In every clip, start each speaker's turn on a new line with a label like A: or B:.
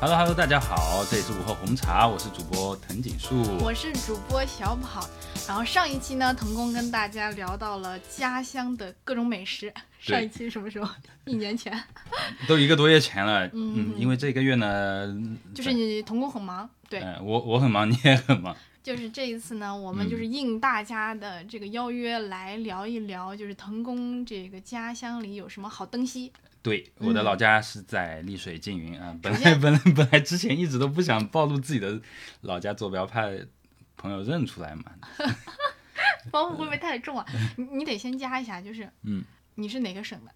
A: Hello Hello，大家好，这里是午后红茶，我是主播藤井树。
B: 我是主播小跑。然后上一期呢，腾工跟大家聊到了家乡的各种美食。
A: 对
B: 上一期什么时候？一年前，
A: 都一个多月前了，嗯
B: 嗯，
A: 因为这个月呢，
B: 就是你腾工很忙，对，
A: 呃我我很忙，你也很 忙，
B: 就是这一次呢，我们就是应大家的这个邀约来聊一聊，就是腾工这个家乡里有什么好东西。
A: 对，我的
B: 嗯
A: 老家是在丽水缙云啊，本
B: 首
A: 来 本来本来之前一直都不想暴露自己的老家坐标，怕朋友认出来嘛。
B: 包袱会不会太重啊？你你得先加一下，就是
A: 嗯，
B: 你是哪个省的？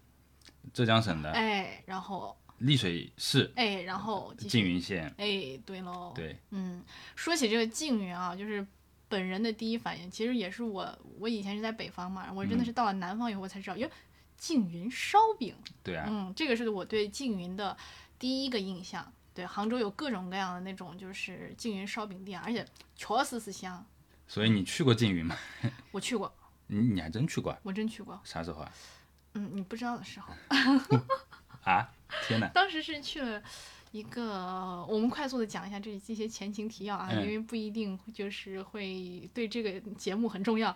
A: 浙江省的
B: 哎，然后
A: 丽水市
B: 哎，然后继
A: 缙
B: 续。
A: 云县，
B: 哎，对喽。
A: 对，
B: 嗯，说起这个缙云啊，就是本人的第一反应，其实也是我，我以前是在北方嘛，我真的是到了南方以后我才知道，哟、缙云烧饼，
A: 对啊，
B: 嗯，这个是我对缙云的第一个印象。对，杭州有各种各样的那种就是缙云烧饼店，而且确实是香，
A: 所以你去过缙云吗？
B: 我去过，
A: 你你还真去过啊？
B: 我真去过，
A: 啥时候啊？
B: 嗯，你不知道的时候，
A: 啊，天哪！
B: 当时是去了。一个，我们快速的讲一下这这些前情提要啊，
A: 嗯
B: 因为不一定就是会对这个节目很重要。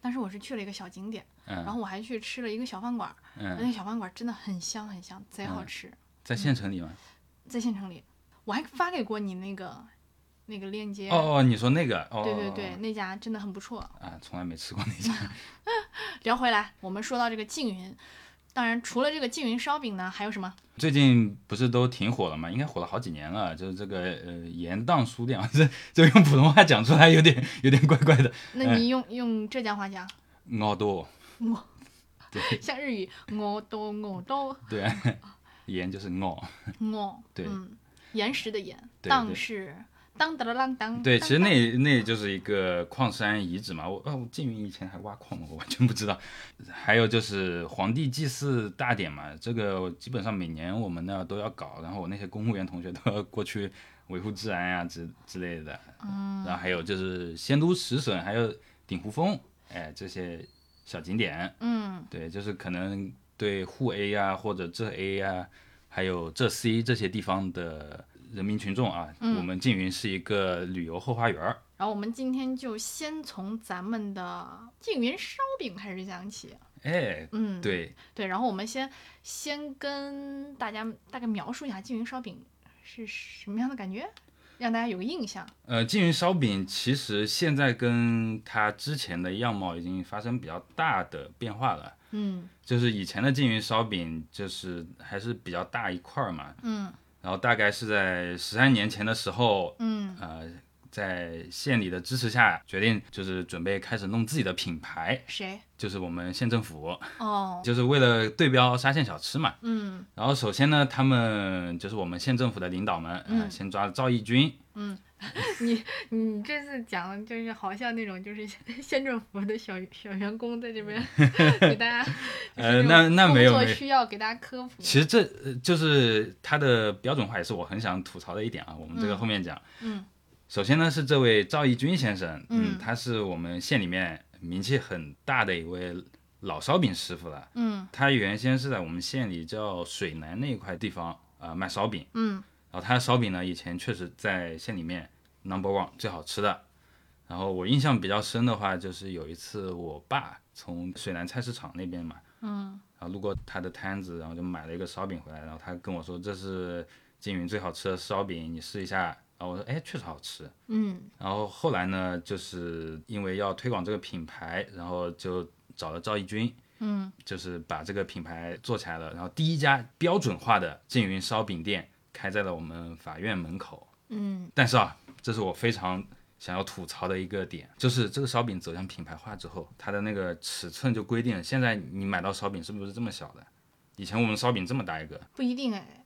B: 当时我是去了一个小景点，然
A: 嗯
B: 后我还去吃了一个小饭馆儿，那
A: 嗯，
B: 个小饭馆儿真的很香很香，贼好吃，
A: 在县城里吗？
B: 在县城里。我还发给过你那个那个链接，
A: 哦哦，你说那个？哦，
B: 对嗯对
A: 哦
B: 对，。那家真的很不错。
A: 哦啊，从来没吃过那家。
B: 聊回来，我们说到这个缙云，当然除了这个缙云烧饼呢，还有什么？
A: 最近不是都挺火了嘛？应该火了好几年了。就是这个呃盐荡书店， 这这用普通话讲出来有点有点怪怪的。
B: 那你用、用浙江话讲，
A: 熬多，
B: 像日语，我都我都
A: 对 啊，盐就是熬。
B: 我，
A: 对
B: 嗯，岩石的岩，
A: 对对
B: 当是当当当当，
A: 对，
B: 当
A: 其实那那就是一个矿山遗址嘛。我哦，缙云以前还挖矿吗？我完全不知道。还有就是皇帝祭祀大典嘛，这个基本上每年我们那儿都要搞，然后我那些公务员同学都要过去维护治安呀、啊之之类的。嗯。然后还有就是仙都石笋，还有鼎湖峰，哎，这些小景点。
B: 嗯
A: 对，就是可能对沪 A 呀、或者浙 A 呀、还有浙 C 这些地方的人民群众啊，
B: 嗯
A: 我们缙云是一个旅游后花园儿。
B: 然后我们今天就先从咱们的缙云烧饼开始讲起，
A: 哎，
B: 嗯，
A: 对，
B: 对，然后我们先先跟大家大概描述一下缙云烧饼是什么样的感觉，让大家有个印象。
A: 呃，缙云烧饼其实现在跟它之前的样貌已经发生比较大的变化了。
B: 嗯
A: 就是以前的缙云烧饼，就是还是比较大一块儿嘛，
B: 嗯
A: 然后大概是在十三年前的时候，
B: 嗯
A: 呃，在县里的支持下，决定就是准备开始弄自己的品牌，
B: 谁？
A: 就是我们县政府，
B: 哦，
A: 就是为了对标沙县小吃嘛。
B: 嗯
A: 然后首先呢，他们就是我们县政府的领导们，嗯、
B: 嗯
A: 先抓了赵义军，
B: 你这次讲的就是好像那种就是 县县政府的小小员工在 这边给大家，
A: 呃，那那没有
B: 工
A: 没
B: 作
A: 有。
B: 需要给大家科普。
A: 其实这呃就是他的标准化，也是我很想吐槽的一点啊。我们这个后面讲。
B: 嗯
A: 首先呢，是这位赵义军先生，
B: 嗯
A: 他是我们县里面名气很大的一位老烧饼师傅了。
B: 嗯
A: 他原先是在我们县里叫水南那一块地方啊、呃卖烧饼。
B: 嗯
A: 然后他的烧饼呢，以前确实在县里面 number one 最好吃的。然后我印象比较深的话，就是有一次我爸从水南菜市场那边嘛，
B: 嗯
A: 然后路过他的摊子，然后就买了一个烧饼回来，然后他跟我说这是缙云最好吃的烧饼，你试一下。然后我说哎，确实好吃。
B: 嗯
A: 然后后来呢，就是因为要推广这个品牌，然后就找了赵义军，
B: 嗯，
A: 就是把这个品牌做起来了。然后第一家标准化的缙云烧饼店开在了我们法院门口。
B: 嗯，
A: 但是啊，这是我非常想要吐槽的一个点，就是这个烧饼走向品牌化之后，它的那个尺寸就规定了，现在你买到烧饼是不是这么小的？以前我们烧饼这么大一个，
B: 不一定哎。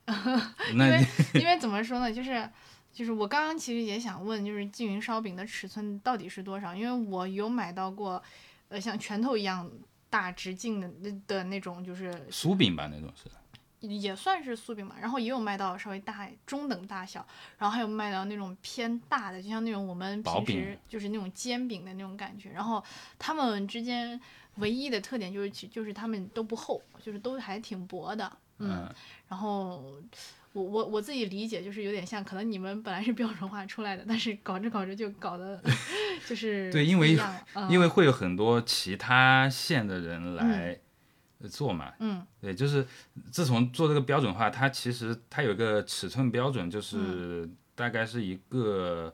B: 因
A: 那
B: 为因为怎么说呢，就是就是我刚刚其实也想问，就是缙云烧饼的尺寸到底是多少？因为我有买到过，呃，像拳头一样大直径的那的那种，就是
A: 酥饼吧那种是，
B: 也算是酥饼嘛。然后也有卖到稍微大中等大小，然后还有卖到那种偏大的，就像那种我们
A: 薄
B: 平
A: 饼
B: 时就是那种煎饼的那种感觉。然后它们之间唯一的特点就是其就是它们都不厚，就是都还挺薄的。嗯
A: 嗯，
B: 然后我我我我自己理解就是有点像，可能你们本来是标准化出来的，但是搞着搞着就搞得就是
A: 对因为
B: 不一样了嗯、
A: 因为会有很多其他县的人来呃做嘛。
B: 嗯
A: 对，就是自从做这个标准化，它其实它有一个尺寸标准，
B: 嗯
A: 就是大概是一个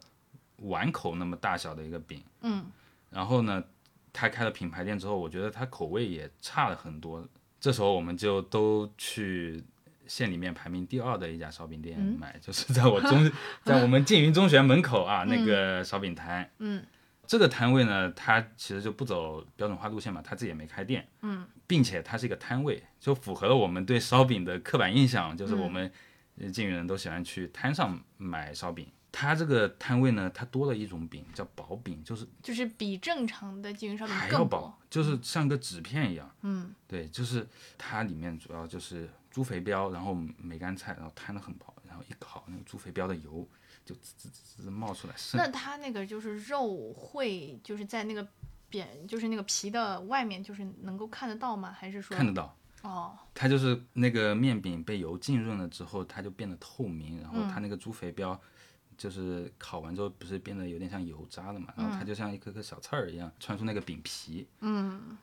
A: 碗口那么大小的一个饼。
B: 嗯
A: 然后呢，他开了品牌店之后，我觉得他口味也差了很多。这时候我们就都去县里面排名第二的一家烧饼店
B: 嗯
A: 买，就是在我 中，在我们缙云中学门口啊、那个烧饼摊。
B: 嗯
A: 这个摊位呢，它其实就不走标准化路线嘛，它自己也没开店，
B: 嗯，
A: 并且它是一个摊位，就符合了我们对烧饼的刻板印象，
B: 嗯
A: 就是我们呃缙云人都喜欢去摊上买烧饼。它这个摊位呢，它多了一种饼叫薄饼，就是
B: 就是比正常的缙云烧饼
A: 还要
B: 更
A: 薄
B: 薄。，
A: 就是像个纸片一样。
B: 嗯
A: 对，就是它里面主要就是猪肥膘，然后梅干菜，然后摊的很薄，然后一烤那个猪肥膘的油就滋滋滋滋冒出来，渗
B: 那它那个就是肉会就是在那个扁，就是那个皮的外面，就是能够看得到吗？还是说
A: 看得到。
B: 哦，
A: 它就是那个面饼被油浸润了之后，它就变得透明，然后
B: 嗯
A: 它那个猪肥膘。就是烤完之后不是变得有点像油渣了嘛，然后它就像一颗颗小刺儿一样穿出那个饼皮。
B: 嗯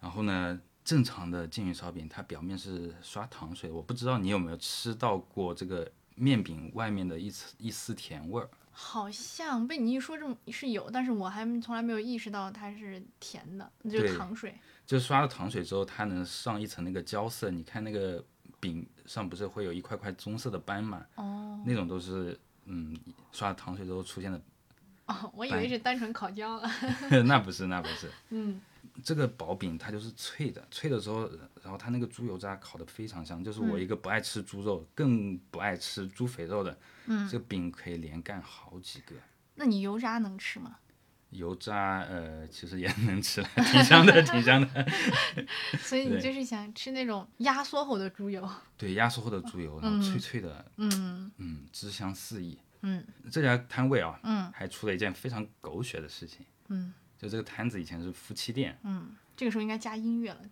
A: 然后呢，正常的缙云烧饼它表面是刷糖水，我不知道你有没有吃到过这个面饼外面的一丝一丝甜味儿。
B: 好像被你一说这么是有，但是我还从来没有意识到它是甜的，就
A: 对
B: 是糖水。
A: 就是刷了糖水之后，它能上一层那个胶色。你看那个饼上不是会有一块块棕色的斑嘛？
B: 哦
A: 那种都是嗯刷了糖水之后出 现的。
B: 哦，我以为是单纯烤焦了。
A: 那不是，那不是。
B: 嗯
A: 这个薄饼它就是脆的，脆的时候，然后它那个猪油渣烤得非常香。就是
B: 嗯
A: 我一个不爱吃猪肉，更不爱吃猪肥肉的，
B: 嗯，
A: 这个饼可以连干好几个。
B: 那你油炸能吃吗？
A: 油炸呃，其实也能吃了，挺香的，挺香的。
B: 所以你
A: 对
B: 就是想吃那种压缩后的猪油。
A: 对，压缩后的猪油，然后脆脆的，
B: 嗯
A: 嗯，汁香四溢。
B: 嗯
A: 这家摊位啊，
B: 嗯
A: 还出了一件非常狗血的事情，
B: 嗯
A: 就这个摊子以前是夫妻店，
B: 嗯，这个时候应该加 音乐了。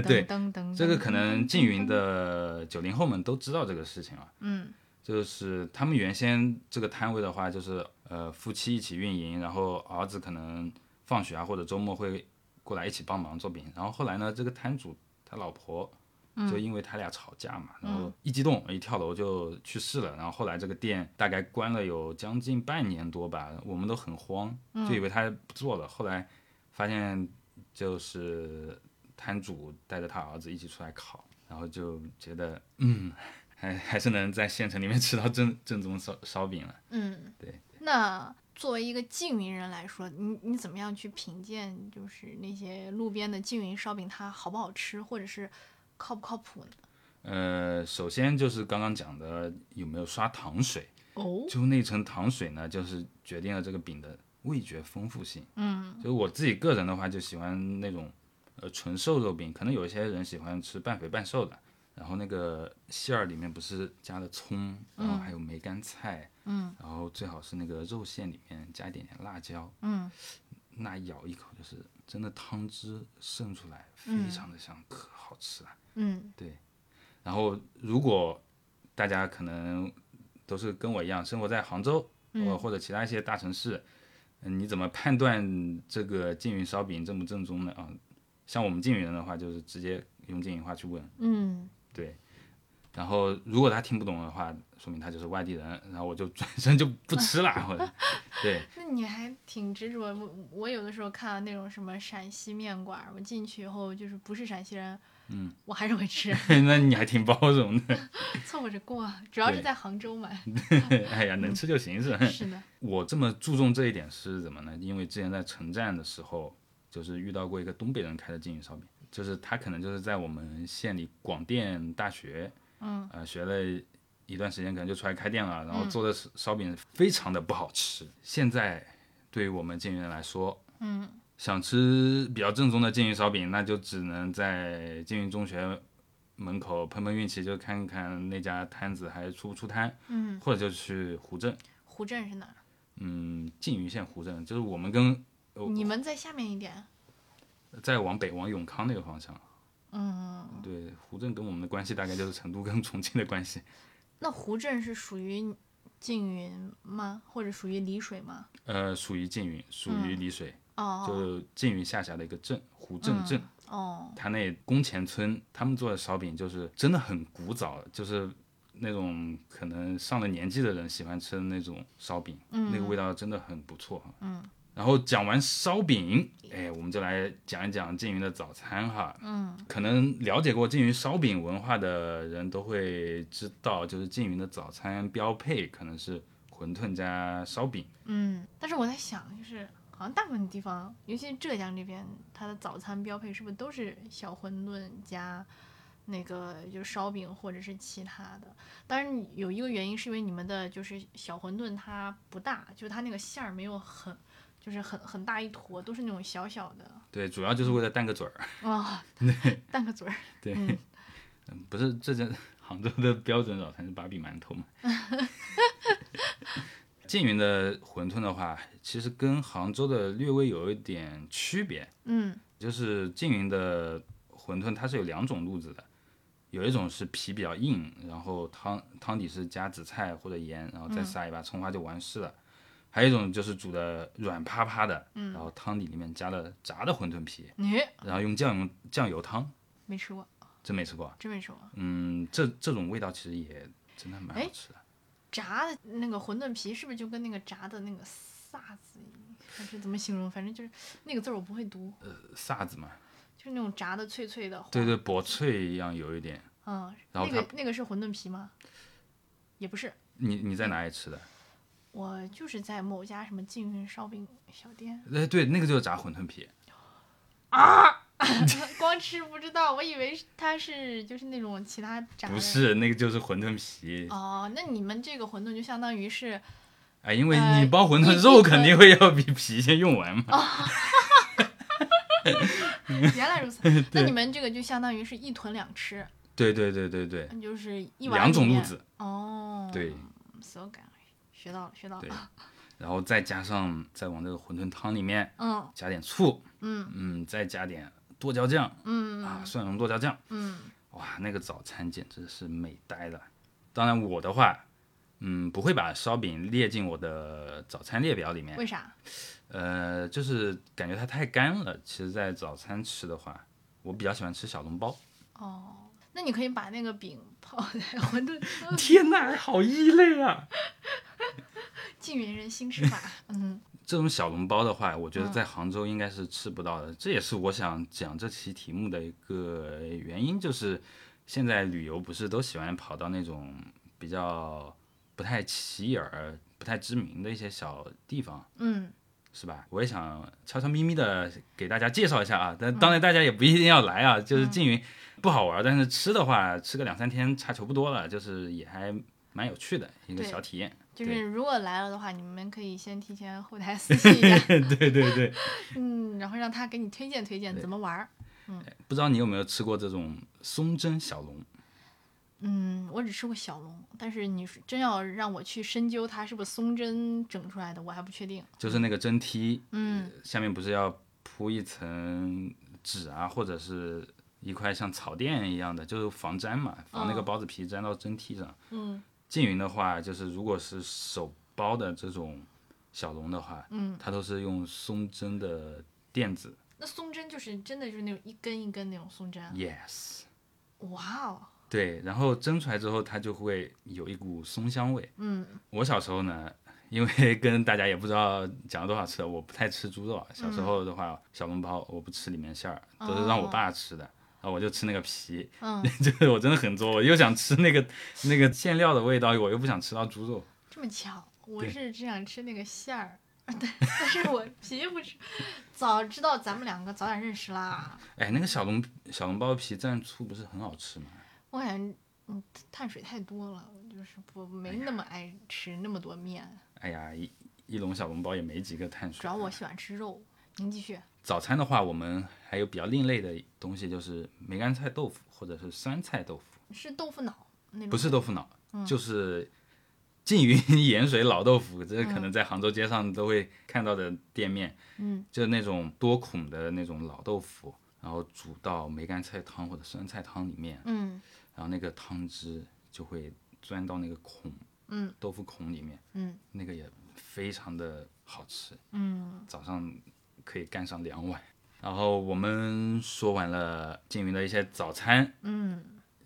A: 对，
B: 噔噔噔。
A: 这个可能缙云的九零后们都知道这个事情啊，
B: 嗯
A: 就是他们原先这个摊位的话，就是呃夫妻一起运营，然后儿子可能放学啊或者周末会过来一起帮忙做饼，然后后来呢，这个摊主他老婆就因为他俩吵架嘛，然后一激动一跳楼就去世了，然后后来这个店大概关了有将近半年多吧，我们都很慌，就以为他不做了，后来发现就是摊主带着他儿子一起出来烤，然后就觉得嗯。 还还是能在县城里面吃到正正宗烧烧饼了。
B: 嗯，
A: 对。
B: 那作为一个缙云人来说，你你怎么样去评鉴，就是那些路边的缙云烧饼，它好不好吃，或者是靠不靠谱呢？
A: 呃，首先就是刚刚讲的有没有刷糖水，
B: 哦，
A: 就那层糖水呢，就是决定了这个饼的味觉丰富性。
B: 嗯
A: 就是我自己个人的话，就喜欢那种呃纯瘦肉饼，可能有一些人喜欢吃半肥半瘦的。然后那个馅儿里面不是加了葱，然后还有梅干菜，
B: 嗯
A: 然后最好是那个肉馅里面加一点点辣椒，
B: 嗯
A: 那咬一口就是真的汤汁渗出来，
B: 嗯
A: 非常的香，可好吃啊！
B: 嗯
A: 然后如果大家可能都是跟我一样生活在杭州，呃
B: 嗯
A: 或者其他一些大城市，嗯，你怎么判断这个缙云烧饼正不正宗呢？啊，像我们缙云人的话，就是直接用缙云话去问，
B: 嗯，
A: 对。然后如果他听不懂的话，说明他就是外地人，然后我就 转身就不吃了，或者对，
B: 那你还挺执着。我我有的时候看到那种什么陕西面馆儿，我进去以后就是不是陕西人，嗯，我还是 会吃，
A: 那你还挺包容的，
B: 凑合着过。主要是
A: 对
B: 在杭 州嘛。
A: 哎呀，能吃就行是吧？
B: 是的，
A: 我这么注重这一点是怎么呢？因为之前在城站的时候，就是遇到过一个东北人开的缙云烧饼，就是他可能就是在我们县里广电大学，嗯，呃，学了一段时间，可能就出来开店了，然后做的烧烧饼非常的不好吃。现在对于我们缙云人来说，
B: 嗯，
A: 想吃比较正宗的缙云烧饼，那就只能在缙云中学。门口碰碰运气，就看看那家摊子还出不出摊，
B: 嗯，
A: 或者就去胡镇，
B: 胡镇是哪儿？
A: 嗯，缙云县胡镇，就是我们跟哦
B: 你们在下面一点。
A: 再往北往永康那个方向，
B: 嗯，
A: 对，胡镇跟我们的关系大概就是成都跟重庆的关系。
B: 那湖镇是属于缙云吗？或者属于丽水吗？
A: 呃，属于缙云，属于丽水，
B: 哦
A: 就缙云下辖的一个镇，湖镇镇。
B: 哦，
A: 它那宫前村他们做的烧饼就是真的很古早，就是那种可能上了年纪的人喜欢吃的那种烧饼，那个味道真的很不错哈。嗯。然后讲完烧饼，哎，我们就来讲一讲缙云的早餐哈。嗯，可能了解过缙云烧饼文化的人都会知道，就是缙云的早餐标配可能是馄饨加烧饼。
B: 嗯。但是我在想，就是好像大部分地方，尤其是浙江这边，它的早餐标配是不是都是小馄饨加那个就是烧饼或者是其他的？当然有一个原因是因为你们的就是小馄饨它不大，就是它那个馅儿没有很。就是很很大一坨，都是那种小小的
A: 对，主要就是为了淡个嘴儿。
B: 啊， 蛋个嘴儿，
A: 对，
B: 嗯
A: 嗯，不是浙江杭州的标准早餐是芭比馒头 嘛？缙云的馄饨的话，其实跟杭州的略微有一点区别，
B: 嗯
A: 就是缙云的馄饨它是有两种路子的，有一种是皮比较硬，然后汤汤底是加紫菜或者盐，然后
B: 嗯
A: 再撒一把葱花就完事了；还有一种就是煮的软趴趴的，
B: 嗯
A: 然后汤底里面加了炸的馄饨皮，
B: 你
A: 然后用酱油酱油汤，
B: 没吃过，
A: 真没吃过啊。
B: 真没吃过。
A: 嗯，这这种味道其实也真的蛮好
B: 哎
A: 吃的。
B: 炸的那个馄饨皮是不是就跟那个炸的那个萨子一样，还是怎么形容？反正就是那个字儿我不会读，
A: 萨子嘛，
B: 就是那种炸的脆脆的。
A: 呃对，对，薄脆一样有一点。
B: 嗯，
A: 然后
B: 那个那个是馄饨皮吗？也不是，
A: 你你
B: 嗯
A: 在哪里吃的？
B: 我就是在某家什么缙云烧饼小 店
A: 哎，对，那个就是炸馄饨皮。
B: 光吃不知道，我以为是它是就是那种其他炸的。
A: 不是，那个就是馄饨皮。
B: 哦，那你们这个馄饨就相当 于是
A: 哎，因为
B: 呃
A: 你包馄
B: 一
A: 饨肉
B: 一
A: 肯定会要比皮先用完
B: 哦
A: 嘛。
B: 原来如此，那你们这个就相当于是一囤两吃，
A: 对对对对对，
B: 那就是一碗
A: 两种
B: 里
A: 路
B: 面
A: 子。
B: 哦，
A: 对
B: 手感，学到了，学到
A: 对
B: 了。
A: 然后再加上再往这个馄饨汤里面
B: 嗯
A: 加点醋，
B: 嗯
A: 嗯，再加点剁椒酱
B: 嗯
A: 啊，蒜蓉剁椒酱。
B: 嗯
A: 哇，那个早餐简直是美呆了。当然，我的话，嗯，不会把烧饼列进我的早餐列表里面。
B: 为啥？
A: 呃，就是感觉它太干了。其实，在早餐吃的话，我比较喜欢吃小笼包。
B: 哦，那你可以把那个饼泡在 馄饨汤。
A: 天哪，好异类啊！
B: 缙云人新吃法，嗯
A: 这种小笼包的话，我觉得在杭州应该是吃不到的。这也是我想讲这期题目的一个原因，就是现在旅游不是都喜欢跑到那种比较不太起眼儿、不太知名的一些小地方。
B: 嗯，
A: 是吧？我也想悄悄咪咪的给大家介绍一下啊，但当然大家也不一定要来啊，就是缙云不好玩，但是吃的话，吃个两三天差球不多了，就是也还蛮有趣的一个
B: 对
A: 小体验。
B: 就是
A: 对
B: 如果来了的话，你们可以先提前后台私信一下，
A: 对对对，
B: 嗯，然后让他给你推荐推荐怎么玩儿。
A: 不知道你有没有吃过这种松针小笼？
B: 嗯，我只吃过小笼，但是你说真要让我去深究它是不是松针整出来的，我还不确定。
A: 就是那个针梯
B: 嗯
A: 下面不是要铺一层纸啊，或者是一块像草垫一样的，就是防粘嘛，防那个
B: 嗯
A: 包子皮粘到针梯上。
B: 嗯
A: 缙云的话，就是如果是手包的这种小笼的话，
B: 嗯，
A: 它都是用松针的垫子。
B: 那松针就是真的就是那种一根一根那种松针啊，
A: Yes，
B: 哇哦，
A: 对，然后蒸出来之后，它就会有一股松香味。
B: 嗯
A: 我小时候呢，因为 跟大家也不知道讲了多少次了，我不太吃猪肉啊。小时
B: 嗯
A: 候的话，小笼包我不吃里面馅儿，都是让
B: 哦
A: 我爸吃的。然后我就吃那个皮，
B: 嗯，
A: 就是我真的很作，我又想吃那个那个馅料的味道，我又不想吃到猪肉。
B: 这么巧，我
A: 对
B: 是只想吃那个馅儿， 但但是我皮不吃。早知道咱们两个早点认识啦，
A: 哎，那个小笼小笼包皮蘸醋不是很好吃吗？
B: 我感觉嗯碳水太多了，我就是不没那么爱吃那么多面，
A: 哎呀，一一笼小笼包也没几个碳水。
B: 主要我喜欢吃肉。您继续，
A: 早餐的话，我们还有比较另类的东西，就是梅干菜豆腐或者是酸菜豆腐，
B: 是豆腐脑那种？
A: 不是豆腐脑，
B: 嗯
A: 就是缙云 盐水老豆腐，这可能在杭州街上都会看到的店面，
B: 嗯，
A: 就是那种多孔的那种老豆腐，然后煮到梅干菜汤或者酸菜汤里面，
B: 嗯
A: 然后那个汤汁就会钻到那个孔，
B: 嗯，
A: 豆腐孔里面，
B: 嗯，
A: 那个也非常的好吃，
B: 嗯
A: 早上可以干上两碗。然后我们说完了缙云的一些早餐，
B: 嗯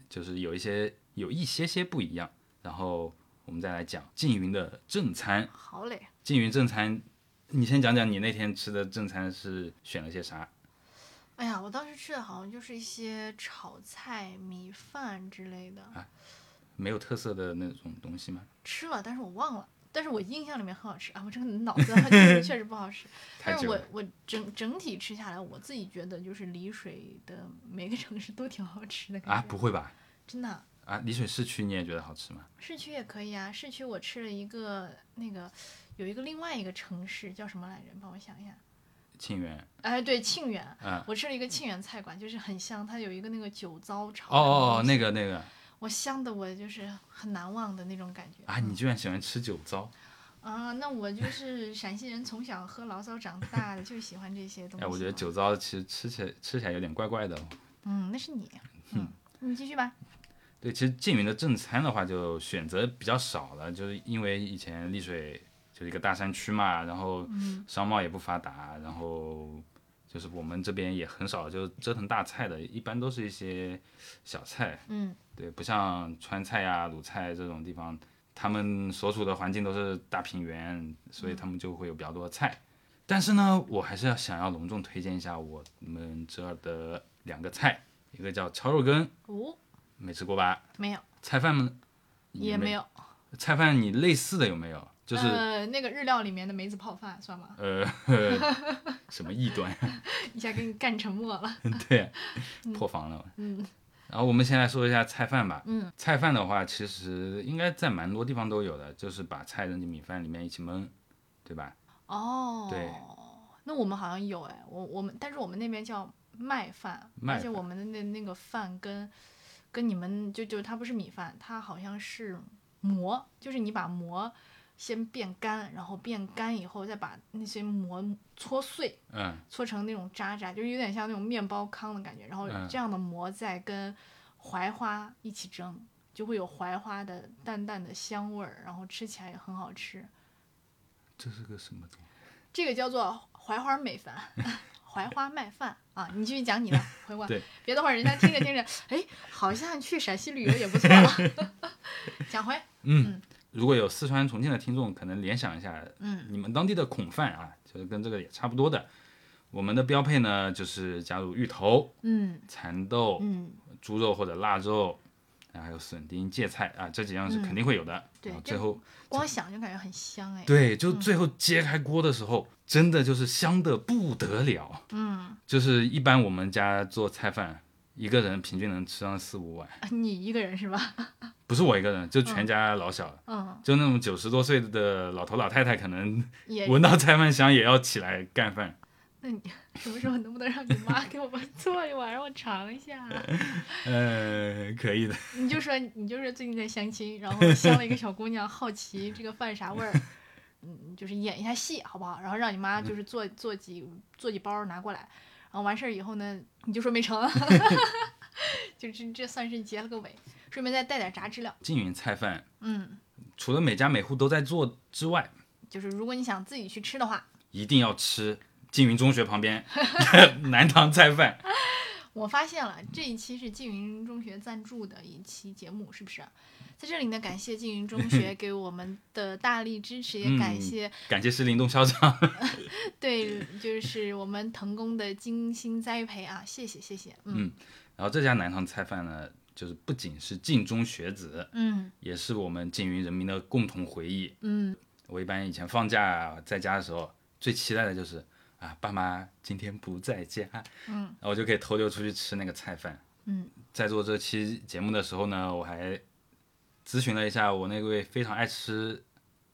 A: 就是有一些有一些些不一样。然后我们再来讲缙云的正餐。
B: 好嘞。
A: 缙云正餐，你先讲讲你那天吃的正餐是选了些啥？
B: 哎呀，我当时吃的好像就是一些炒菜、米饭之类的，
A: 啊没有特色的那种东西吗？
B: 吃了，但是我忘了。但是我印象里面很好吃啊，我这个脑 子啊确实确实不好使。
A: 太
B: 但是
A: 久
B: 我
A: 了，
B: 我整整体吃下来，我自己觉得就是丽水的每个城市都挺好吃的感
A: 啊，
B: 觉
A: 不会吧？
B: 真的啊、
A: 啊，丽水市区你也觉得好吃吗？
B: 市区也可以啊，市区我吃了一个那个有一个另外一个城市叫什么来着？帮我想一下。
A: 沁园
B: 哎，对，庆远，
A: 嗯
B: 我吃了一个庆远菜馆，就是很香，它有一个那个酒糟炒。
A: 哦哦哦，那
B: 个
A: 个那个
B: 我香的我就是很难忘的那种感觉
A: 啊，你居然喜欢吃酒糟？
B: 啊，那我就是陕西人，从小喝醪糟长大的，就喜欢这些东西。
A: 哎，我觉得，酒糟其实吃起来吃起来有点怪怪的哦。
B: 嗯，那是你，嗯，你继续吧。
A: 对，其实缙云的正餐的话，就选择比较少了，就是因为以前丽水就是一个大山区嘛，然后商贸也不发达，然后就是我们这边也很少就折腾大菜的，一般都是一些小菜。
B: 嗯
A: 对，不像川菜呀、鲁菜这种地方，他们所处的环境都是大平原，所以他们就会有比较多的菜。但是呢，我还是要想要隆重推荐一下我们这儿的两个菜，一个叫抄肉羹，
B: 哦，
A: 没吃过吧？
B: 没有，
A: 菜饭们
B: 也没。有。
A: 菜饭你类似的有没有？就是
B: 呃，那个日料里面的梅子泡饭算吗？
A: 呃 什么异端？
B: 一下给你干沉默了。
A: 对， 破防了。
B: 嗯
A: 然后我们先来说一下菜饭吧。
B: 嗯，
A: 菜饭的话，其实应该在蛮多地方都有的，就是把菜扔进米饭里面一起焖，对吧？
B: 哦，
A: 对，
B: 那我们好像有哎，我我们但是我们那边叫麦饭，
A: 麦
B: 而且
A: 饭
B: 我们的那那个饭跟跟你们就就它不是米饭，它好像是馍，就是你把馍先变干，然后变干以后再把那些馍搓碎，
A: 嗯，
B: 搓成那种渣渣，就是有点像那种面包糠的感觉，然后
A: 嗯
B: 这样的馍再跟槐花一起蒸。就会有槐花的淡淡的香味儿，然后吃起来也很好吃。
A: 这是个什么东西？
B: 这个叫做槐花美饭， 槐花麦饭啊！你继续讲你的，回我
A: 对。
B: 别等会儿人家听着听着，哎，好像去陕西旅游也不错啊。 讲回，
A: 如果有四川、重庆的听众，可能联想一下，
B: 嗯，
A: 你们当地的孔饭啊，就是跟这个也差不多的。我们的标配呢，就是加入芋头、
B: 嗯
A: 蚕豆、
B: 嗯，
A: 猪肉或者腊肉，然后还有笋丁、芥菜啊，这几样是肯定会有的。
B: 嗯对
A: 然后
B: 这
A: 最后
B: 光想就感觉很香哎。
A: 对，就最后揭开锅的时候，真的就是香的不得了。
B: 嗯，
A: 就是一般我们家做菜饭，一个人平均能吃上四五碗，
B: 啊你一个人是吧？
A: 不是我一个人，就全家老小，
B: 嗯，
A: 就那种九十多岁的老头老太太，可能
B: 也。
A: 闻到菜饭香也要起来干饭。
B: 那你什么时候能不能让你妈给我们做一碗，让我尝一下？啊
A: 呃，可以的。
B: 你就说你就是最近在相亲，然后相了一个小姑娘，好奇这个饭啥味儿，嗯，就是演一下戏好不好？然后让你妈就是做做几做几包儿拿过来，然后完事儿以后呢，你就说没成， 就这这算是结了个尾，顺便再带点炸知了。
A: 缙云菜饭
B: 嗯，
A: 除了每家每户都在做之外，
B: 就是如果你想自己去吃的话，
A: 一定要吃缙云中学旁边 南塘菜饭。
B: 我发现了这一期是缙云中学赞助的一期节目，是不是？在这里呢，感谢缙云中学给我们的大力支持，也感
A: 嗯
B: 谢
A: 感谢是林东校长。
B: 对，就是我们腾工的精心栽培啊，谢谢谢谢，嗯
A: 然后这家南塘菜饭呢，就是不仅是晋中学子，
B: 嗯
A: 也是我们缙云人民的共同回忆。
B: 嗯，
A: 我一般以前放假在家的时候，最期待的就是啊，爸妈今天不在家，
B: 嗯，
A: 然后我就可以偷溜出去吃那个菜饭。
B: 嗯，
A: 在做这期节目的时候呢，我还咨询了一下我那位非常爱吃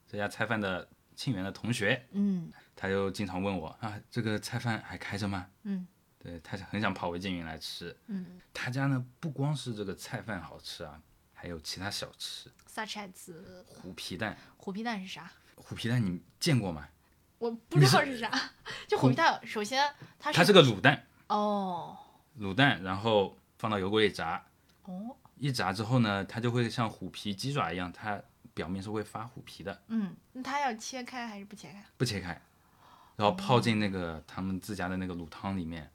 A: 这家菜饭的庆元的同学，
B: 嗯
A: 他就经常问我啊，这个菜饭还开着吗？
B: 嗯，
A: 对他很想跑回缙云来吃。
B: 嗯，
A: 他家呢不光是这个菜饭好吃啊，还有其他小吃，
B: 萨切子
A: 虎皮蛋，
B: 虎皮蛋是啥？
A: 虎皮蛋你见过吗？
B: 我不知道是啥。就虎皮蛋，首先啊它是
A: 它是个卤蛋，
B: 哦
A: 卤蛋，然后放到油锅里炸，
B: 哦，
A: 一炸之后呢，它就会像虎皮鸡爪一样，它表面是会发虎皮的，
B: 嗯，那它要切开还是不切开？
A: 不切开，然后泡进那个他们自家的那个卤汤里面，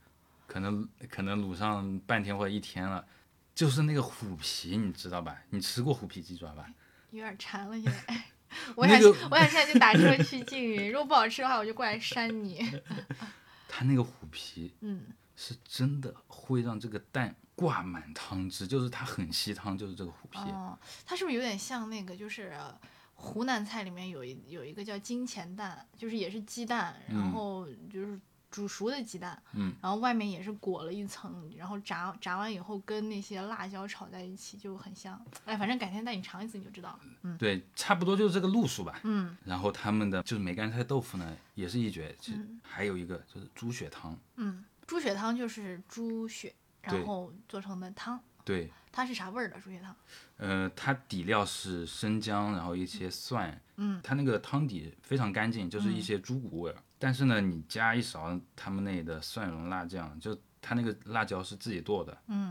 A: 可能可能卤上半天或者一天了，就是那个虎皮，你知道吧？你吃过虎皮鸡爪吧？
B: 有点馋了，现在。 我想，我想现在就打车去缙云，如果不好吃的话，我就过来扇你。
A: 它那个虎皮
B: 嗯，
A: 是真的会让这个蛋挂满汤汁，就是它很吸汤，就是这个虎皮。
B: 哦，它是不是有点像那个，就是呃湖南菜里面有一有一个叫金钱蛋，就是也是鸡蛋，然
A: 嗯
B: 后就是煮熟的鸡蛋，
A: 嗯，
B: 然后外面也是裹了一层，然后炸炸完以后跟那些辣椒炒在一起就很香。哎，反正改天带你尝一次你就知道了。
A: 对，差不多就是这个路数吧。
B: 嗯
A: 然后他们的就是梅干菜豆腐呢，也是一绝。其实还有一个就是猪血汤，
B: 嗯，猪血汤就是猪血，然
A: 对
B: 后做成的汤，
A: 对，
B: 它是啥味儿的？猪血汤？
A: 呃，它底料是生姜，然后一些蒜，
B: 嗯，
A: 它那个汤底非常干净，就是一些猪骨味儿。但是呢，你加一勺他们那里的蒜蓉辣酱，就它那个辣椒是自己剁的，
B: 嗯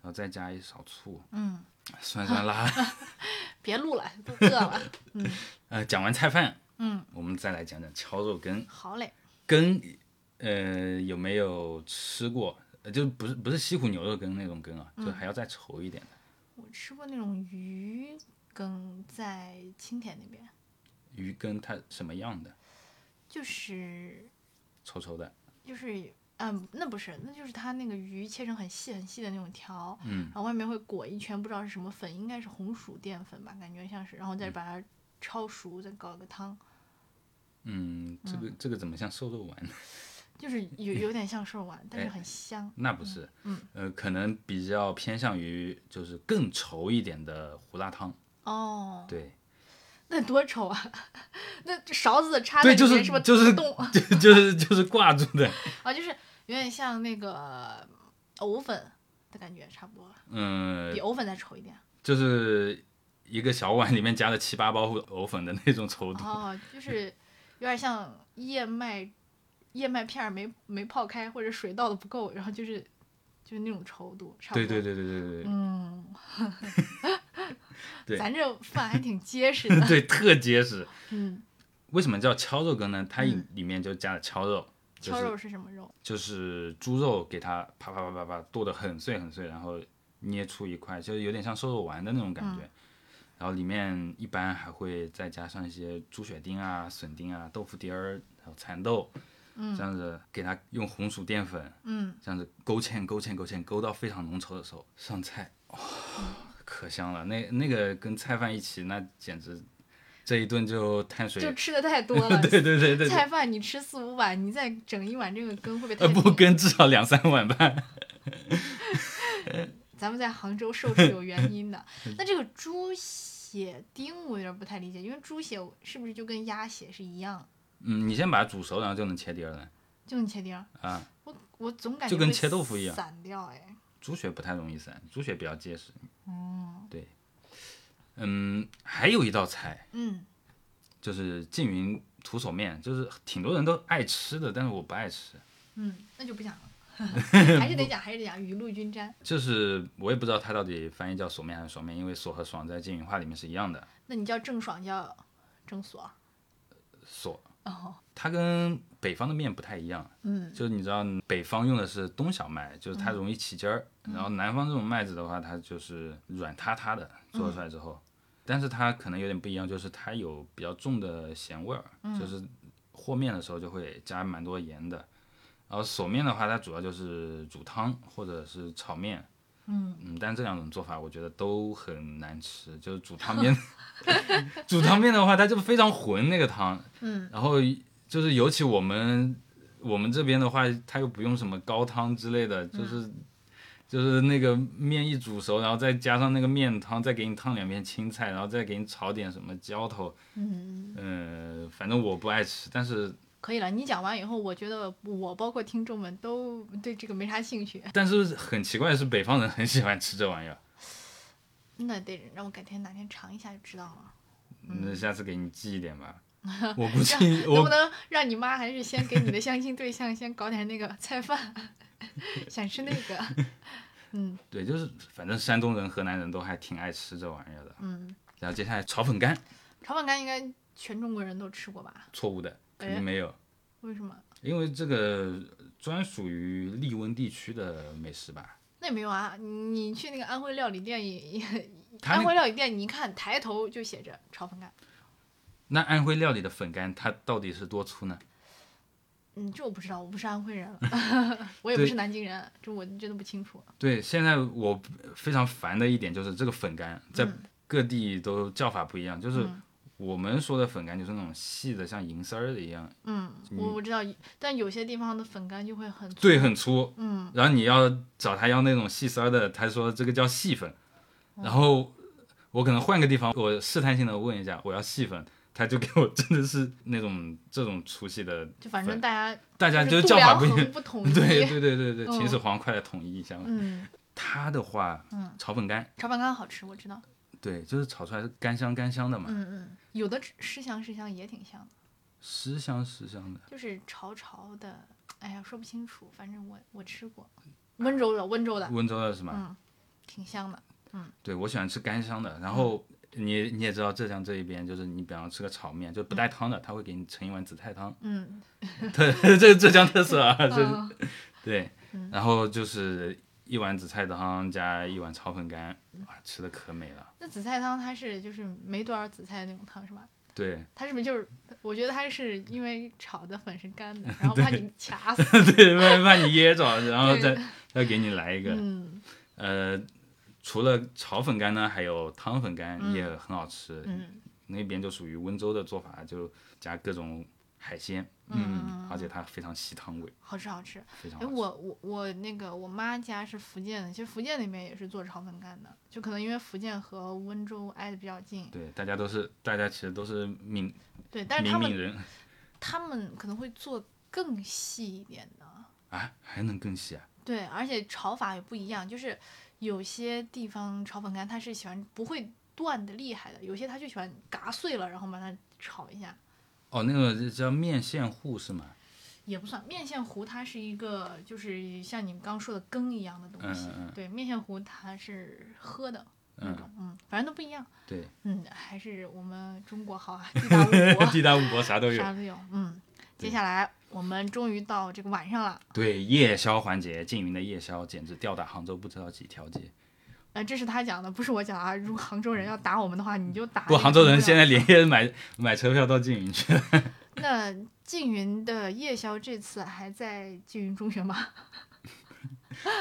A: 然后再加一勺醋，
B: 嗯，
A: 酸酸辣 辣。
B: 别录了，都饿了。
A: 呃，讲完菜饭，
B: 嗯，
A: 我们再来讲讲敲肉羹。
B: 好嘞，
A: 羹，呃，有没有吃过？呃就不是不是西湖牛肉羹那种羹啊，
B: 嗯
A: 就还要再稠一点的。
B: 我吃过那种鱼羹，在青田那边，
A: 鱼羹它什么样的？
B: 就是
A: 稠稠的。
B: 就是。嗯，那不是，那就是它那个鱼切成很细很细的那种条，
A: 嗯
B: 然后外面会裹一圈不知道是什么粉，应该是红薯淀粉吧，感觉像是，然后再把它焯熟，再搞个汤，
A: 嗯，这个这个怎么像瘦肉丸？
B: 就是有有点像瘦丸，但
A: 嗯
B: 是
A: 哎
B: 很香。
A: 那不是，
B: 嗯
A: 呃，可能比较偏向于就是更稠一点的胡辣汤。
B: 哦，
A: 对，
B: 那多丑啊！ 那勺子插在
A: 对，
B: 里
A: 就
B: 面
A: 是
B: 是不
A: 就是
B: 洞
A: 就就是就是挂住的。
B: 啊，就是有点像那个藕粉的感觉，差不多了，
A: 嗯
B: 比，藕粉再稠一点。
A: 就是一个小碗里面加了七八包藕粉的那种稠度。
B: 哦，就是有点像燕麦燕麦片儿没没泡开，或者水倒的不够，然后就是就是那种稠度，差不多。
A: 对对对对对对对。
B: 嗯
A: 对，
B: 咱这饭还挺结 实的。
A: 对，特结实。
B: 嗯，
A: 为什么叫敲肉羹呢？它里
B: 嗯
A: 里面就加了敲肉，就
B: 敲
A: 是
B: 肉是什么肉？
A: 就是猪肉给它啪啪啪啪啪剁得很碎很碎，然后捏出一块，就是有点像瘦肉丸的那种感觉。然后里面一般还会再加上一些猪血丁啊、笋丁啊、豆腐丁儿，还有蚕豆，这样子给它用红薯淀粉，
B: 嗯，
A: 这样子勾芡勾芡勾芡勾到非常浓稠的时候上菜，哇、可香了！那那个跟菜饭一起，那简直这一顿就碳水
B: 就吃的太多 了。
A: 对对对对对，
B: 菜饭你吃四五碗，你再整一碗这个羹会不会太
A: 呃，
B: 多？
A: 不跟至少两三碗吧。
B: 咱们在杭州瘦是有原因 的。那这个猪血丁我有点不太理解，因为猪血是不是就跟鸭血是一样，
A: 嗯，你先把它煮熟，然后就能切丁儿了。
B: 就能切丁儿？
A: 啊，
B: 我我总感觉
A: 就跟
B: 会
A: 切豆腐一样
B: 散掉哎。
A: 猪血不太容易散，猪血比较结实。
B: 嗯
A: 对，嗯，还有一道菜
B: 嗯，
A: 就是缙云土手面，就是挺多人都爱吃的，但是我不爱吃。
B: 嗯，那就不讲 了，还是得讲，还是得讲雨露均沾。
A: 就是我也不知道它到底翻译叫索面还是爽面，因为索和爽在缙云话里面是一样的。
B: 那你叫郑爽叫郑爽
A: 索，
B: 哦，
A: 它跟北方的面不太一样，
B: 嗯
A: 就是你知道北方用的是冬小麦，就是它容易起筋儿，
B: 嗯
A: 然后南方这种麦子的话，它就是软塌塌的，
B: 嗯
A: 做出来之后，但是它可能有点不一样，就是它有比较重的咸味儿，
B: 嗯
A: 就是和面的时候就会加蛮多盐的。然后手面的话，它主要就是煮汤或者是炒面，
B: 嗯，
A: 嗯，但这两种做法我觉得都很难吃。就是煮汤面， 煮汤面的话，它就非常浑那个汤，
B: 嗯，
A: 然后就是尤其我们我们这边的话，它又不用什么高汤之类的，
B: 嗯
A: 就是、就是那个面一煮熟，然后再加上那个面汤，再给你烫两片青菜，然后再给你炒点什么浇头，
B: 嗯，
A: 嗯，反正我不爱吃，但是
B: 可以了。你讲完以后，我觉得我包括听众们都对这个没啥兴趣。
A: 但是很奇怪的是，北方人很喜欢吃这玩意儿。
B: 那得让我改天哪天尝一下就知道了。
A: 那下次给你寄一点 吧。我估计
B: 嗯能
A: 我
B: 不能让你妈还是 先给你的相亲对象先搞点那个菜饭，想吃那个。嗯
A: 对，就是反正山东人、河南人都还挺爱吃这玩意儿的。
B: 嗯，
A: 然后接下来炒粉干，
B: 炒粉干应该全中国人都吃过吧？
A: 错误的，肯
B: 哎
A: 定没有，
B: 为什么？
A: 因为这个专属于利温地区的美食吧。
B: 那也没有啊，你你去那个安徽料理店也也，
A: 它
B: 安
A: 那
B: 徽料理店你一看抬头就写着炒粉干，
A: 那安徽料理的粉干它到底是多粗呢？
B: 嗯，这我不知道，我不是安徽人， 我也不
A: 对
B: 是南京人，啊这我真的不清楚。啊
A: 对，现在我非常烦的一点就是这个粉干在各地都叫法不一样，就是
B: 嗯
A: 我们说的粉干就是那种细的像银丝儿的一样，
B: 嗯，我我知道，但有些地方的粉干就会很粗
A: 对，很粗。
B: 嗯，
A: 然后你要找他要那种细丝儿的，他说这个叫细粉。
B: 哦
A: 然后我可能换个地方，我试探性的问一下，我要细粉，他就给我 真的是那种这种粗细的，
B: 就反正大家
A: 大家
B: 就
A: 就
B: 是度
A: 叫法
B: 量
A: 不一样。
B: 衡不统一。
A: 对对对对对，
B: 嗯
A: 秦始皇快来统一一下嘛。
B: 嗯，
A: 他的话，
B: 嗯
A: 炒粉干，
B: 炒粉干好吃，我知道。
A: 对，就是炒出来是干香干香的嘛，
B: 嗯嗯，有的吃是香是香也挺香的，
A: 十香十香的。
B: 就是潮潮的，哎呀说不清楚，反正我我吃过，温州的温州的
A: 温州的是吗？
B: 嗯挺香的。
A: 对，我喜欢吃干香
B: 嗯
A: 的。然后你你也知道，浙江这一边就是你比方吃个炒面，就不带汤的，他会给你盛一碗紫菜汤，
B: 嗯
A: 对，这是浙江特色啊，这是
B: 嗯
A: 对。然后就是一碗紫菜汤加一碗炒粉干，
B: 嗯
A: 哇，吃的可美了。
B: 那紫菜汤它是就是没多少紫菜的那种汤是吧？
A: 对
B: 它是不是就是？我觉得它是因为炒的粉是干的，然后怕你卡死。
A: 对，怕怕你噎着，然后
B: 对
A: 再再给你来一个。
B: 嗯
A: 呃，除了炒粉干呢，还有汤粉干
B: 嗯
A: 也很好吃。
B: 嗯
A: 那边就属于温州的做法，就加各种海鲜，
B: 嗯
A: 嗯，而且它非常吸汤味，
B: 好吃好吃。
A: 非常
B: 哎，
A: 好吃。
B: 我我我那个我妈家是福建的，其实福建那边也是做炒粉干的，就可能因为福建和温州挨得比较近，
A: 对，大家都是，大家其实都是闽
B: 对，但是他
A: 闽闽
B: 们
A: 人
B: 他们可能会做更细一点的，
A: 啊，还能更细啊？
B: 对，而且炒法也不一样，就是有些地方炒粉干它是喜欢不会断的厉害的，有些它就喜欢嘎碎了，然后把它炒一下。
A: 哦，那个叫面线糊是吗？
B: 也不算面线糊，它是一个就是像你刚说的羹一样的东西。
A: 嗯嗯嗯
B: 对，面线糊它是喝的那
A: 嗯，
B: 种，嗯反正都不一样。
A: 对，
B: 嗯，还是我们中国好啊，地大物 博，
A: 地大物博啥都有
B: 啥。都有。嗯，接
A: 对
B: 下来我们终于到这个晚上了，
A: 对，夜宵环节，缙云的夜宵简直吊打杭州不知道几条街。
B: 呃，这是他讲的，不是我讲啊。如果杭州人要打我们的话，你就打。
A: 不，杭州人现在连夜买买车票到缙云去了。
B: 那缙云的夜宵这次还在缙云中学吗？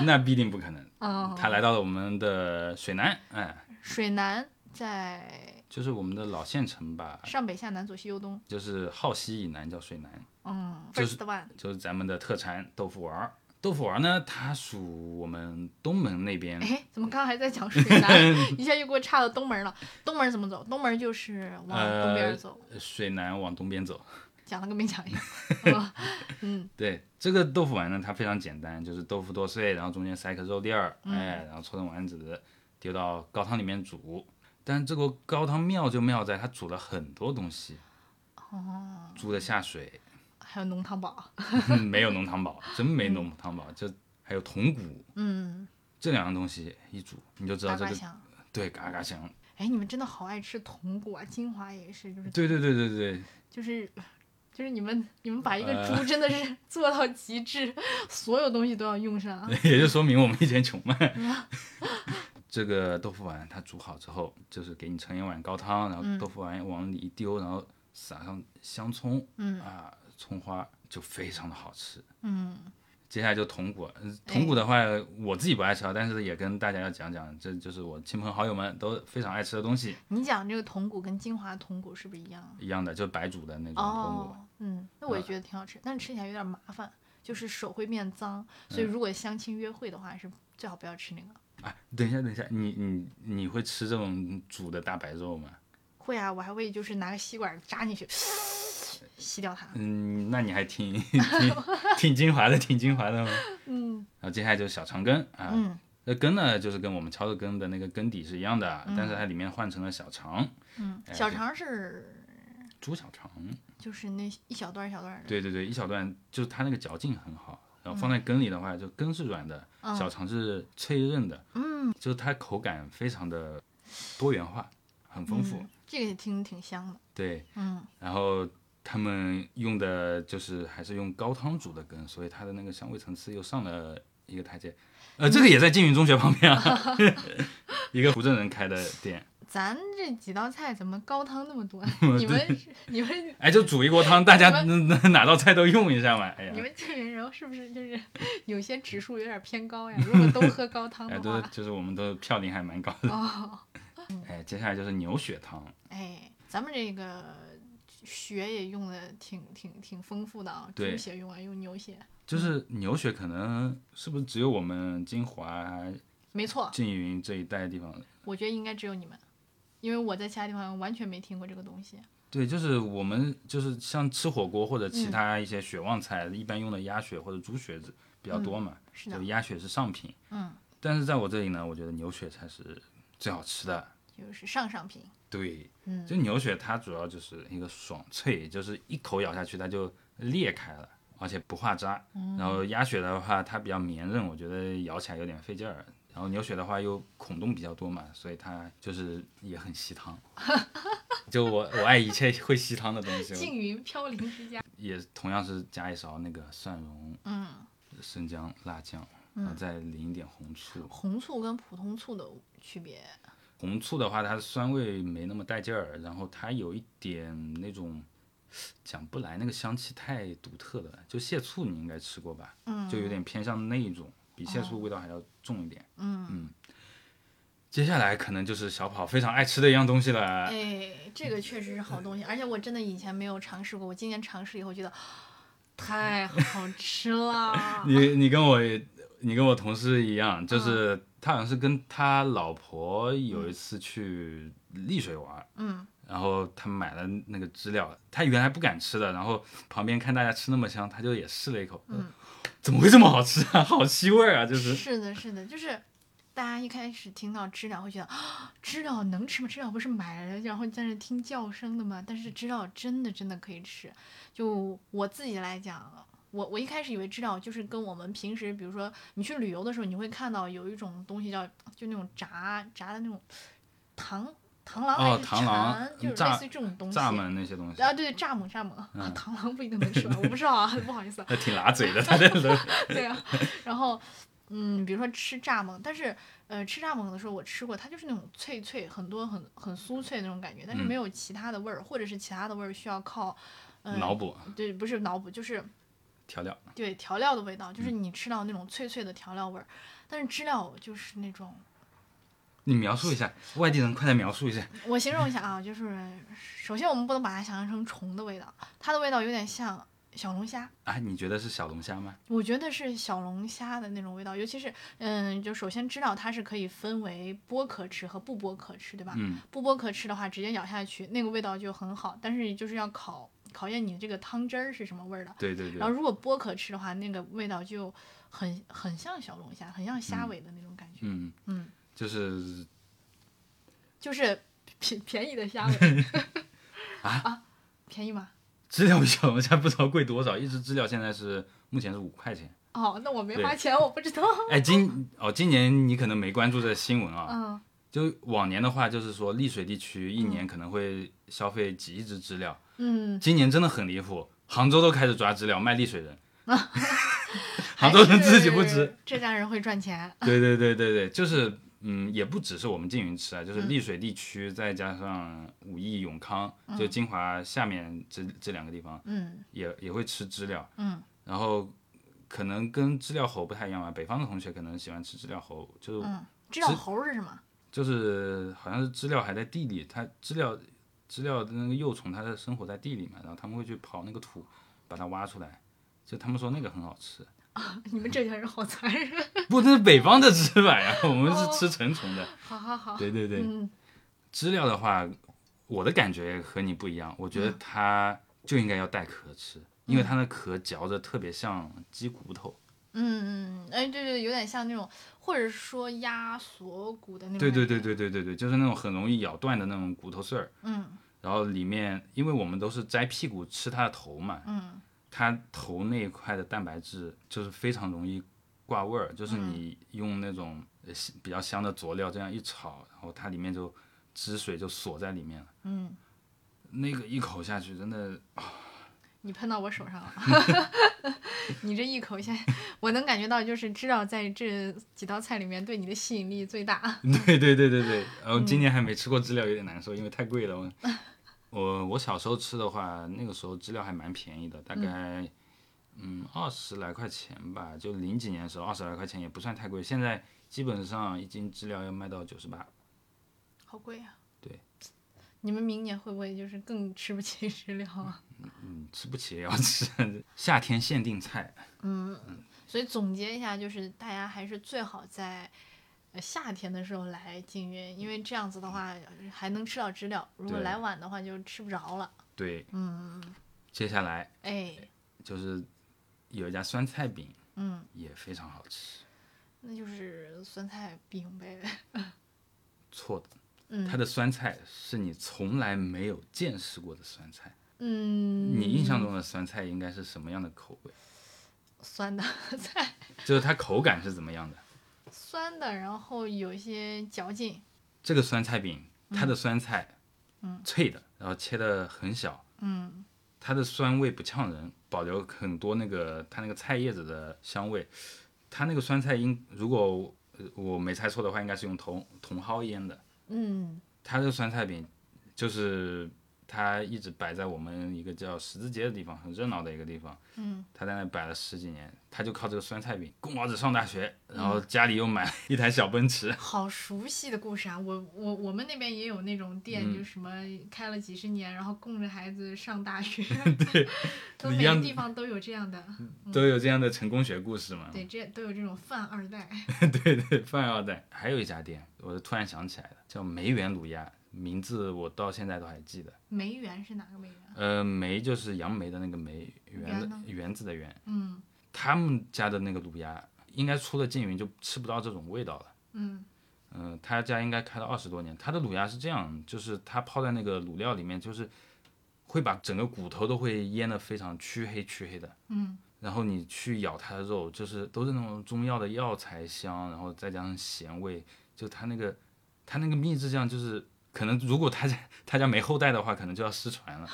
A: 那必定不可能。
B: 嗯，
A: 他来到了我们的水南，哎，
B: 水南在
A: 就是我们的老县城吧，
B: 上北下南左西右东。
A: 就是浩西以南叫水南，
B: 嗯
A: 就是
B: ，first one。
A: 就是咱们的特产豆腐丸儿。豆腐丸儿呢，它属我们东门那边，
B: 哎，怎么刚还在 讲水南，一下就给我岔到东门了？东门怎么走？东门就是往东边
A: 呃
B: 走，
A: 水南往东边走。
B: 讲了跟没讲一样。 嗯
A: 对，这个豆腐丸呢，它非常简单，就是豆腐剁碎，然后中间塞颗肉粒儿，
B: 嗯
A: 哎，然后搓成丸子，丢到高汤里面煮。但这个高汤妙就妙在它煮了很多东西，
B: 哦，
A: 猪的下水，
B: 还有浓汤宝。
A: 没有浓汤宝，真没浓汤宝，就还有筒骨
B: 嗯，
A: 这两样东西一煮，你就知道
B: 嘎
A: 这
B: 嘎
A: 个
B: 香。
A: 对嘎嘎香，
B: 哎，你们真的好爱吃筒骨啊！金华也是，就是
A: 对对对对对，
B: 就是就是你们你们把一个
A: 呃
B: 猪真的是 做到极致，所有东西都要用上。
A: 也就说明我们以前穷嘛。
B: 嗯
A: 这个豆腐丸它煮好之后，就是给你盛一碗高汤，然后豆腐丸往里一丢，然后撒上香葱，
B: 嗯
A: 啊，葱花就非常的好吃。
B: 嗯，
A: 接下来就筒骨，呃筒骨的话我自己不爱吃啊，但是也跟大家要讲讲，这就是我亲朋好友们都非常爱吃的东西，
B: 你讲这个筒骨跟金华筒骨是不是一样？啊
A: 一样的，就白煮的那种筒骨。
B: 哦，嗯，那我也觉得挺好吃，但是吃起来有点麻烦，就是手会变脏，所以
A: 嗯
B: 如果相亲约会的话，是最好不要吃那个。
A: 啊，等一下，等一下，你你你会吃这种煮的大白肉吗？
B: 会啊，我还会就是拿个吸管扎进去，吸掉它。
A: 嗯，那你还挺 挺挺精华的，挺精华的吗？
B: 嗯
A: 然后接下来就是小肠根啊，
B: 嗯
A: 那根呢就是跟我们敲的根的那个根底是一样的，但是它里面换成了小肠，
B: 嗯，
A: 哎
B: 小
A: 对
B: 肠是
A: 猪小肠。
B: 就是那一小段儿一小段儿的。
A: 对对对，一小段就是它那个嚼劲很好，然后放在羹里的话，就羹是软的，小肠是脆韧的，
B: 嗯，
A: 就是它口感非常的多元化，很丰富。
B: 嗯这个也听挺香的，
A: 对，
B: 嗯，
A: 然后他们用的就是还是用高汤煮的羹，所以它的那个香味层次又上了一个台阶。呃，这个也在缙云中学旁边啊， 一个湖镇人开的店。
B: 咱这几道菜怎么高汤那么 多？你们是你们
A: 哎，就煮一锅汤，大家哪道菜都用一下嘛。哎呀
B: 你，们这人人是不 是就是有些指数有点偏高呀？如果都喝高汤
A: 哎，
B: 的
A: 都
B: 话，
A: 就是我们都嘌呤还蛮高的。
B: 哦，
A: 哎，接下来就是牛血汤，
B: 哎，咱们这个血也用的挺挺挺丰富的啊，猪
A: 对
B: 血用完用牛血，
A: 就是牛血可能是不是只有我们金华、
B: 没错，
A: 缙云这一带地方？
B: 我觉得应该只有你们，因为我在其他地方完全没听过这个东西。
A: 对，就是我们就是像吃火锅或者其他一些血旺菜，一般用的鸭血或者猪血比较多嘛，
B: 是的
A: 就，鸭血是上品。
B: 嗯，
A: 但是在我这里呢，我觉得牛血才是最好吃的。
B: 就是上上品，
A: 对，
B: 嗯
A: 就牛血它主要就是一个爽脆，就是一口咬下去它就裂开了，而且不化渣。然后鸭血的话，它比较绵韧，我觉得咬起来有点费劲儿。然后牛血的话又孔洞比较多嘛，所以它就是也很吸汤。 就我我爱一切会吸汤的东西，
B: 缙云飘零之家，
A: 也同样是加一勺那个蒜蓉、
B: 嗯，
A: 生姜、辣酱，然后再淋一点红醋。
B: 红醋跟普通醋的区别，
A: 红醋的话，它酸味没那么带劲儿，然后它有一点那种讲不来，那个香气太独特了。就蟹醋你应该吃过吧？
B: 嗯，
A: 就有点偏向那一种，比蟹醋味道还要重一点。
B: 嗯
A: 接下来可能就是小跑非常爱吃的一样东西了，。
B: 哎，这个确实是好东西，而且我真的以前没有尝试过，我今年尝试以后觉得太好吃了
A: 你你跟我你跟我同事一样，
B: 嗯
A: 就是他好像是跟他老婆有一次去丽水玩，
B: 嗯，
A: 然后他买了那个知了，他原来不敢吃的，然后旁边看大家吃那么香，他就也试了一口，
B: 嗯，
A: 怎么会这么好吃啊？ 好吸味儿啊，就是
B: 是的，是的，就是大家一开始听到知了会觉得啊，知了能吃吗？知了不是买了然后在那听叫声的吗？但是知了真的真的可以吃。就我自己来讲，我我一开始以为知了就是跟我们平时，比如说你去旅游的时候，你会看到有一种东西叫就那种炸炸的那种螳螳螂还
A: 哦
B: 是
A: 螳螂
B: 蝉，就是类
A: 炸嗯
B: 似于这种东西。
A: 蚱蜢那些东西，
B: 啊，对，蚱蜢，蚱蜢，啊，螳螂不一定能吃完，我不知道啊， 不好意思啊。
A: 那挺拉嘴的，他这 个
B: 对啊，然后，嗯，比如说吃蚱蜢，但是，呃，吃蚱蜢的时候我吃过，它就是那种脆脆，很多很很酥脆那种感觉，但是
A: 嗯
B: 没有其他的味儿，或者是其他的味儿需要靠，嗯、
A: 脑补啊
B: 对，不是脑补，就是
A: 调料，
B: 对调料的味道，
A: 嗯
B: 就是你吃到那种脆脆的调料味儿，但是知了就是那种，
A: 你描述一下，外地人快来描述一下，
B: 我形容一下啊，就是首先我们不能把它想象成虫的味道，它的味道有点像小龙虾，
A: 啊，你觉得是小龙虾吗？
B: 我觉得是小龙虾的那种味道，尤其是，嗯，就首先知道它是可以分为剥壳吃和不剥壳吃，对吧？
A: 嗯，
B: 不剥壳吃的话，直接咬下去，那个味道就很好，但是就是要考考验你这个汤汁儿是什么味儿的。
A: 对对对啊
B: 然后，如果剥壳吃的话，那个味道就很很像小龙虾，很像虾尾的那种感觉，
A: 嗯
B: 嗯，
A: 就是
B: 就是 便便宜的虾尾
A: 啊
B: 便宜吗？
A: 知了比小龙虾不知道贵多少，一只知了现在是目前是五块钱。
B: 哦，那我没
A: 对
B: 花钱，我不知道。
A: 哎，今哦今年你可能没关注这新闻啊，
B: 嗯
A: 就往年的话就是说丽水地区一年可能会消费几亿只知了，
B: 嗯，
A: 今年真的很离谱，杭州都开始抓知了卖丽水人，杭州人自己不吃。，
B: 浙江人会赚钱。
A: 对对对对对，就是嗯，也不只是我们缙云吃啊，就是丽水地区再加上武义、永康，就金华下面这这两个地方
B: 嗯
A: 也也会吃知了，
B: 嗯。
A: 然后可能跟知了猴不太一样吧，北方的同学可能喜欢吃知了猴，就
B: 嗯，知道猴是什么？
A: 就是好像是知了还在地里，它知了知了的那个幼虫，它是生活在地里嘛，然后他们会去刨那个土，把它挖出来，就他们说那个很好吃，
B: 你们浙江人好残忍。
A: 不，那是北方的吃法呀， 我们是吃成虫的。
B: 哦好好好，
A: 对对对，
B: 嗯
A: 知了的话，我的感觉和你不一样，我觉
B: 嗯
A: 得它就应该要带壳吃，因为它的壳嚼着特别像鸡骨头。
B: 嗯嗯，哎，对对，有点像那种，或者说鸭锁骨的那种。
A: 对对对。对对对对，就是那种很容易咬断的那种骨头碎儿。
B: 嗯
A: 然后里面，因为我们都是摘屁股吃它的头嘛，
B: 嗯
A: 它头那一块的蛋白质就是非常容易挂味儿，就是
B: 嗯
A: 你用那种呃香比较香的佐料这样一炒，然后它里面就汁水就锁在里面了。
B: 嗯，
A: 那个一口下去真的
B: 你喷到我手上了， 你这一口下，我能感觉到，就是知道在这几道菜里面对你的吸引力最大。
A: 对对对对对，然后今年还没吃过知了，有点难受，
B: 嗯
A: 因为太贵了。我我我小时候吃的话，那个时候知了还蛮便宜的，大概嗯二十、20来块钱吧，就零几年的时候二十来块钱也不算太贵。现在基本上一斤知了要卖到九十八，
B: 好贵啊！
A: 对，
B: 你们明年会不会就是更吃不起知了啊？
A: 嗯，吃不起也要吃。夏天限定菜，
B: 所以总结一下，就是大家还是最好在呃夏天的时候来缙云，因为这样子的话还能吃到知了，如果
A: 对
B: 来晚的话就吃不着了。
A: 对，
B: 嗯，
A: 接下来
B: 哎，
A: 就是有一家酸菜饼
B: 嗯，
A: 也非常好吃，
B: 那就是酸菜饼呗。
A: 错的，
B: 嗯
A: 它的酸菜是你从来没有见识过的酸菜。
B: 嗯，
A: 你印象中的酸菜应该是什么样的口味？
B: 酸的菜，
A: 就是它口感是怎么样的？
B: 酸的，然后有一些嚼劲。
A: 这个酸菜饼，它的酸菜，脆的，然后切的很小，
B: 嗯
A: 它的酸味不呛人，保留很多那个它那个菜叶子的香味。它那个酸菜应如果呃我没猜错的话，应该是用茼茼蒿腌的。
B: 嗯
A: 它这个酸菜饼，就是它一直摆在我们一个叫十字街的地方，很热闹的一个地方。
B: 嗯，
A: 他在那摆了十几年，他就靠这个酸菜饼供儿子上大学，
B: 嗯
A: 然后家里又买了一台小奔驰。
B: 好熟悉的故事啊！我我我们那边也有那种店，
A: 嗯
B: 就什么开了几十年，然后供着孩子上 大学，都
A: 一
B: 每
A: 样
B: 个地方都有这样的，
A: 都有这样的成功学故事嘛？
B: 嗯对，这都有这种饭二代。
A: 对对，饭二代。还有一家店，我突然想起来了，叫梅园卤鸭，名字我到现在都还记得。
B: 梅园是哪个梅园？
A: 呃，梅就是杨梅的那个梅，园
B: 园
A: 的
B: 呢
A: 园子的园。
B: 嗯
A: 他们家的那个卤鸭，应该出了缙云就吃不到这种味道了。
B: 嗯
A: 嗯，他家应该开了二十多年。他的卤鸭是这样，就是他泡在那个卤料里面，就是会把整个骨头都会腌得非常黢黑黢黑的。
B: 嗯
A: 然后你去咬它的肉，就是都是那种中药的药材香，然后再加上咸味，就它那个它那个秘制酱，就是可能如果他家他家没后代的话，可能就要失传了。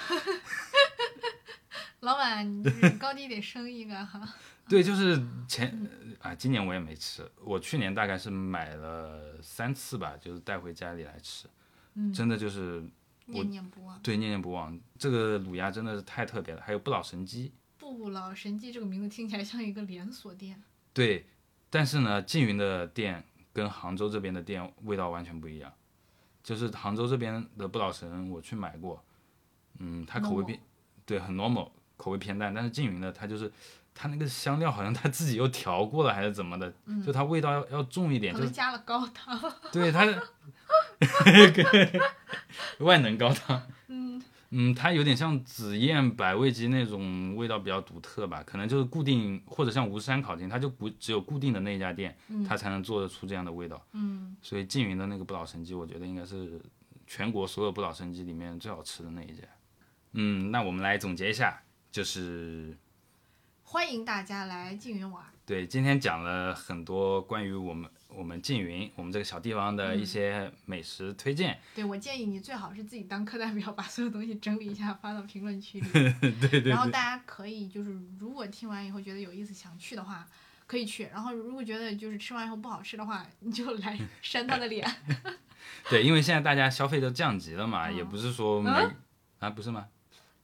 B: 老板，你就是 高低得升一个哈。
A: 对，就是前啊，今年我也没吃，我去年大概是买了三次吧，就是带回家里来吃，
B: 嗯，
A: 真的就是
B: 念念不忘。
A: 对，念念不忘。这个卤鸭真的是太特别了，还有不老神鸡。
B: 不老神记这个名字听起来像一个连锁店。
A: 对，但是呢，缙云的店跟杭州这边的店味道完全不一样。就是杭州这边的不老神，我去买过，嗯，它口味偏，对，很 normal，口味偏淡。但是缙云的它就是，它那个香料好像它自己又调过了还是怎么的，就它味道要要重一点，
B: 嗯可
A: 就
B: 能
A: 是
B: 加了高汤。
A: 对 它，万能高汤。
B: 嗯
A: 嗯，它有点像紫燕百味鸡那种味道比较独特吧，可能就是固定或者像吴山烤鸡，它就不只有固定的那一家店，它才能做得出这样的味道。
B: 嗯，
A: 所以缙云的那个不老神鸡，我觉得应该是全国所有不老神鸡里面最好吃的那一家。嗯，那我们来总结一下，就是
B: 欢迎大家来缙云玩儿。
A: 对今天讲了很多关于我们我们缙云我们这个小地方
B: 嗯
A: 的一些美食推荐。
B: 对我建议你最好是自己当课代表，把所有东西整理一下发到评 论区里。对对然后大家可以就是，如果听完以后觉得有意思想去的话，可以去；然后如果觉得就是吃完以后不好吃的话，你就 来扇他的脸。
A: 对，因为现在大家消费都降级了嘛，也不是说没、
B: 嗯
A: 啊不是吗？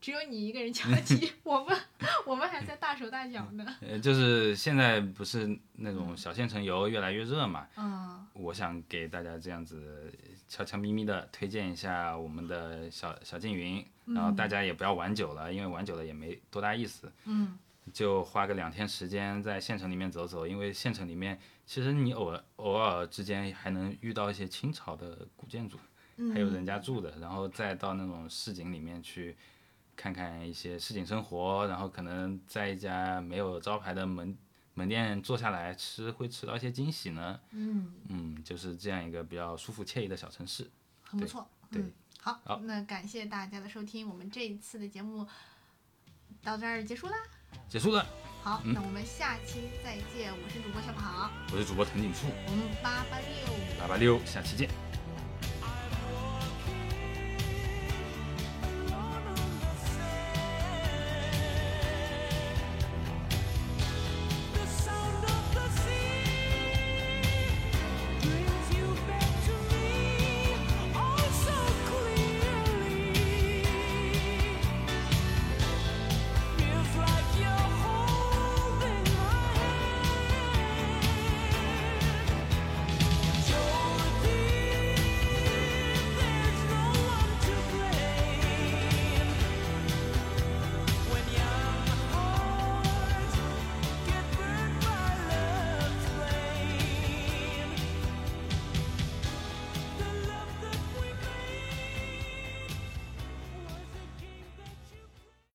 B: 只有你一个人强 急，我们我们还在大手大脚呢。
A: 呃，就是现在不是那种小县城游越来越热嘛，
B: 嗯，
A: 我想给大家这样子悄悄咪咪的推荐一下我们的小小缙云，然后大家也不要玩久了，因为玩久了也没多大意思。
B: 嗯，
A: 就花个两天时间在县城里面走走，因为县城里面其实你偶尔偶尔之间还能遇到一些清朝的古建筑，
B: 嗯
A: 还有人家住的，然后再到那种市井里面去看看一些市井生活，然后可能在一家没有招牌的门门店坐下来吃，会吃到一些惊喜呢。
B: 嗯，
A: 嗯，就是这样一个比较舒服惬意的小城市。
B: 很不错。
A: 对
B: 嗯，好
A: 好，
B: 那感谢大家的收听，我们这一次的节目到这儿结束啦。
A: 结束了。
B: 好，
A: 嗯
B: 那我们下期再见，我是主播小跑，
A: 我是主播藤井树，
B: 我们八八六。
A: 八八六，下期见。
B: 拜拜。